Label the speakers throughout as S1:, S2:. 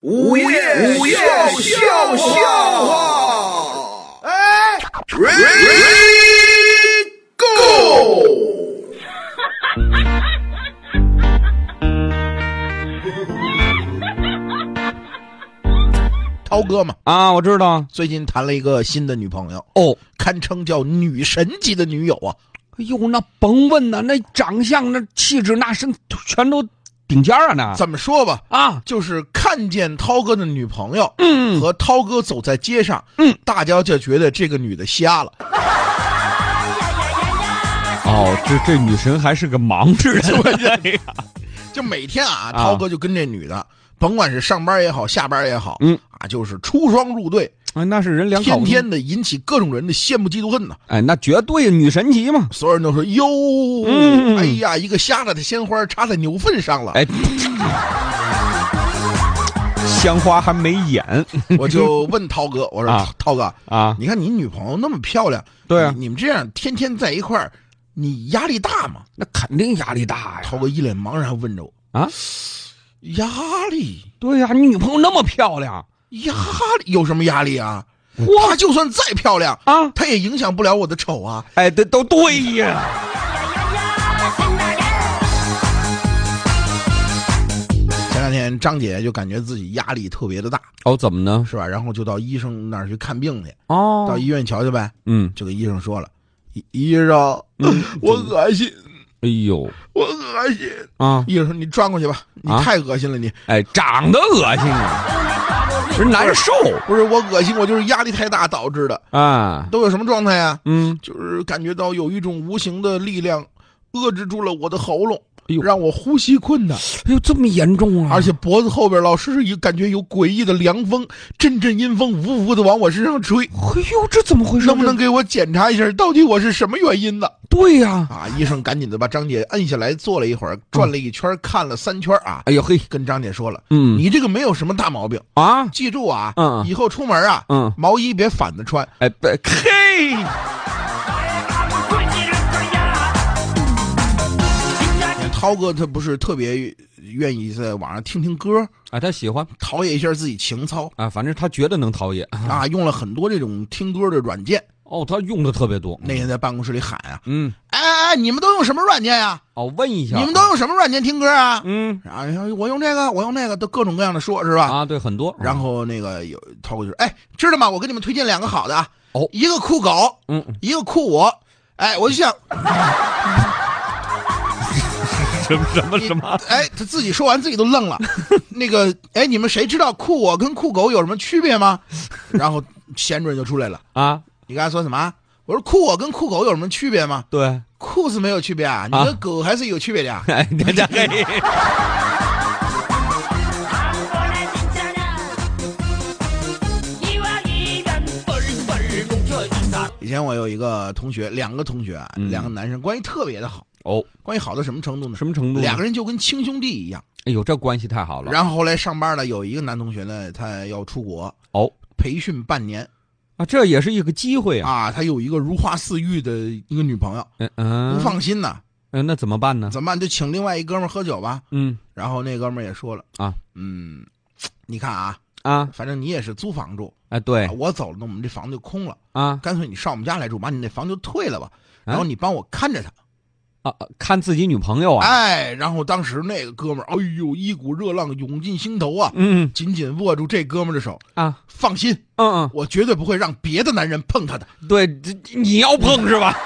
S1: 午夜午夜笑笑话，哎，Ready Go！
S2: 涛哥嘛，
S3: 啊，我知道。
S2: 最近谈了一个新的女朋友，
S3: 哦，
S2: 堪称叫女神级的女友啊。
S3: 哎呦，那甭问呐，那长相、那气质、那身全都顶尖儿啊，那
S2: 怎么说吧，
S3: 啊，
S2: 就是看见涛哥的女朋友
S3: 嗯，
S2: 和涛哥走在街上，
S3: 嗯，
S2: 大家就觉得这个女的瞎了。
S3: 哦，这这女神还是个盲之 人，
S2: 就每天啊，涛哥就跟这女的，甭管是上班也好，下班也好，
S3: 嗯
S2: 啊，就是出双入对，
S3: 哎，那是人两口
S2: 天
S3: 子，
S2: 天的引起各种人的羡慕嫉妒恨呐。
S3: 哎，那绝对女神级嘛，
S2: 所有人都说哟，
S3: 嗯
S2: 哎呀，一个瞎了的鲜花插在牛粪上了。
S3: 哎， 香花还没 演
S2: 我就问涛哥，我说、
S3: 啊
S2: 涛哥，
S3: 啊，
S2: 你看你女朋友那么漂亮，
S3: 对啊
S2: 你你们这样天天在一块儿，你压力大吗？
S3: 那肯定压力大呀，
S2: 涛哥一脸茫然问着我
S3: 啊，
S2: 压力
S3: 对呀，你女朋友那么漂亮，
S2: 压力有什么压力啊？
S3: 嚯
S2: 她就算再漂亮，
S3: 啊，
S2: 她也影响不了我的丑啊。
S3: 哎，这都对呀，
S2: 前两天张姐就感觉自己压力特别的大，
S3: 哦，怎么呢？
S2: 是吧？然后就到医生那儿去看病去，到
S3: 哦
S2: 医，院瞧瞧呗。
S3: 嗯，
S2: 这个医生说了，医医生，
S3: 嗯
S2: 我恶心，
S3: 哎呦
S2: 我恶心。
S3: 啊，
S2: 医生说你转过去吧，你
S3: 啊
S2: 太恶心了你。
S3: 哎，长得恶心啊，人难受
S2: 不是我恶心，我就是压力太大导致的。
S3: 啊，
S2: 都有什么状态呀、
S3: 嗯，
S2: 就是感觉到有一种无形的力量遏制住了我的喉咙，
S3: 哎呦
S2: 让我呼吸困难，
S3: 哎呦，这么严重啊！
S2: 而且脖子后边老是有感觉有诡异的凉风，阵阵阴风呜呜的往我身上吹。
S3: 哎呦，这怎么回事？
S2: 能不能
S3: 这
S2: 给我检查一下，到底我是什么原因呢？
S3: 对呀、
S2: 啊！医生赶紧的把张姐摁下来，坐了一会儿，转了一圈，看了三圈啊，
S3: 哎呦嘿，
S2: 跟张姐说了，
S3: 嗯
S2: 你这个没有什么大毛病，
S3: 啊，
S2: 记住啊，
S3: 嗯嗯
S2: 以后出门啊，
S3: 嗯
S2: 毛衣别反着穿，
S3: 哎，不嘿，
S2: 涛哥他不是特别愿意在网上听听歌，
S3: 啊，他喜欢
S2: 陶冶一下自己情操
S3: 啊，反正他觉得能陶冶。
S2: 啊，用了很多这种听歌的软件。
S3: 哦，他用的特别多。
S2: 那天在办公室里喊啊，
S3: 嗯，
S2: 哎哎哎，你们都用什么软件呀、
S3: 哦，问一下，
S2: 你们都用什么软件听歌啊？
S3: 嗯
S2: 然后哎呦我用这个，我用那个，都各种各样的说，是吧？
S3: 啊，对，很多。
S2: 然后那个有涛哥就说，哎，知道吗？我给你们推荐两个好的啊，
S3: 哦
S2: 一个酷狗，
S3: 嗯，嗯
S2: 一个酷我。哎，我就想
S3: 什么什么
S2: 你？哎，他自己说完自己都愣 了。那个，哎，你们谁知道酷我跟酷狗有什么区别吗？然后贤主任就出来了，
S3: 啊？
S2: 你刚才说什么？我说酷我跟酷狗有什么区别吗？
S3: 对，
S2: 酷是没有区别啊，你
S3: 啊
S2: 跟狗还是有区别的、啊。
S3: 哎，大家嘿，
S2: 以前我有一个同学，两个同学啊，
S3: 嗯
S2: 两个男生关系特别的好，
S3: 哦，
S2: 关系好到什么程度呢？
S3: 什么程度？
S2: 两个人就跟亲兄弟一样。
S3: 哎呦，这关系太嗯好了。
S2: 然后后来上班了，有一个男同学呢，他要出国
S3: 哦，
S2: 培训半年
S3: 啊，这也是一个机会啊。
S2: 啊，他有一个如花似玉的一个女朋友，
S3: 嗯嗯，
S2: 不放心呐、
S3: 嗯，那怎么办呢？
S2: 怎么办？就请另外一哥们儿喝酒吧。
S3: 嗯
S2: 然后那哥们儿也说了
S3: 啊，
S2: 嗯，你看啊，
S3: 啊，
S2: 反正你也是租房住，
S3: 哎，对
S2: 啊我走了，那我们这房子就空了，
S3: 啊
S2: 干脆你上我们家来住，把你那房就退了吧，
S3: 啊
S2: 然后你帮我看着他。
S3: 啊，啊看自己女朋友啊，
S2: 哎，然后当时那个哥们儿，哎呦，一股热浪涌进心头啊，
S3: 嗯
S2: 紧紧握住这哥们儿的手，
S3: 啊，
S2: 放心，
S3: 嗯
S2: 我绝对不会让别的男人碰他的。
S3: 嗯，对，这这你要碰是吧？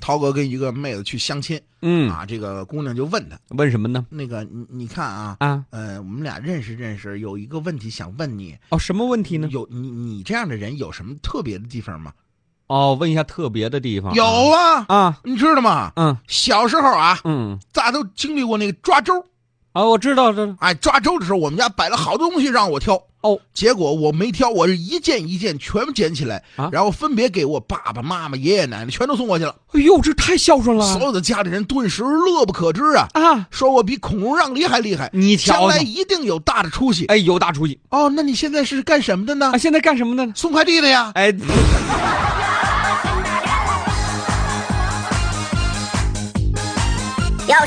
S2: 涛哥跟一个妹子去相亲
S3: 嗯，
S2: 啊，这个姑娘就问他，
S3: 问什么呢？
S2: 那个你你看啊，
S3: 啊，
S2: 呃，我们俩认识认识，有一个问题想问你，
S3: 哦，什么问题呢？
S2: 有你你这样的人有什么特别的地方吗？
S3: 哦，问一下特别的地方。
S2: 有啊，
S3: 啊，
S2: 你知道吗？
S3: 嗯
S2: 小时候啊，
S3: 嗯，
S2: 大家都经历过那个抓周，
S3: 啊，我知道这
S2: 哎，抓周的时候，我们家摆了好多东西让我挑，
S3: 哦，
S2: 结果我没挑，我是一件一件全部捡起来，
S3: 啊
S2: 然后分别给我爸爸妈妈、爷爷奶奶，全都送过去了。
S3: 哎呦，这太孝顺了
S2: 所有的家里人顿时乐不可支啊，
S3: 啊！
S2: 说我比孔融让梨还厉害，
S3: 你
S2: 将
S3: 瞧瞧
S2: 来，一定有大的出息。
S3: 哎，有大出息
S2: 哦，那你现在是干什么的呢
S3: 啊！？现在干什么呢？
S2: 送快递的呀。
S3: 哎，
S4: 要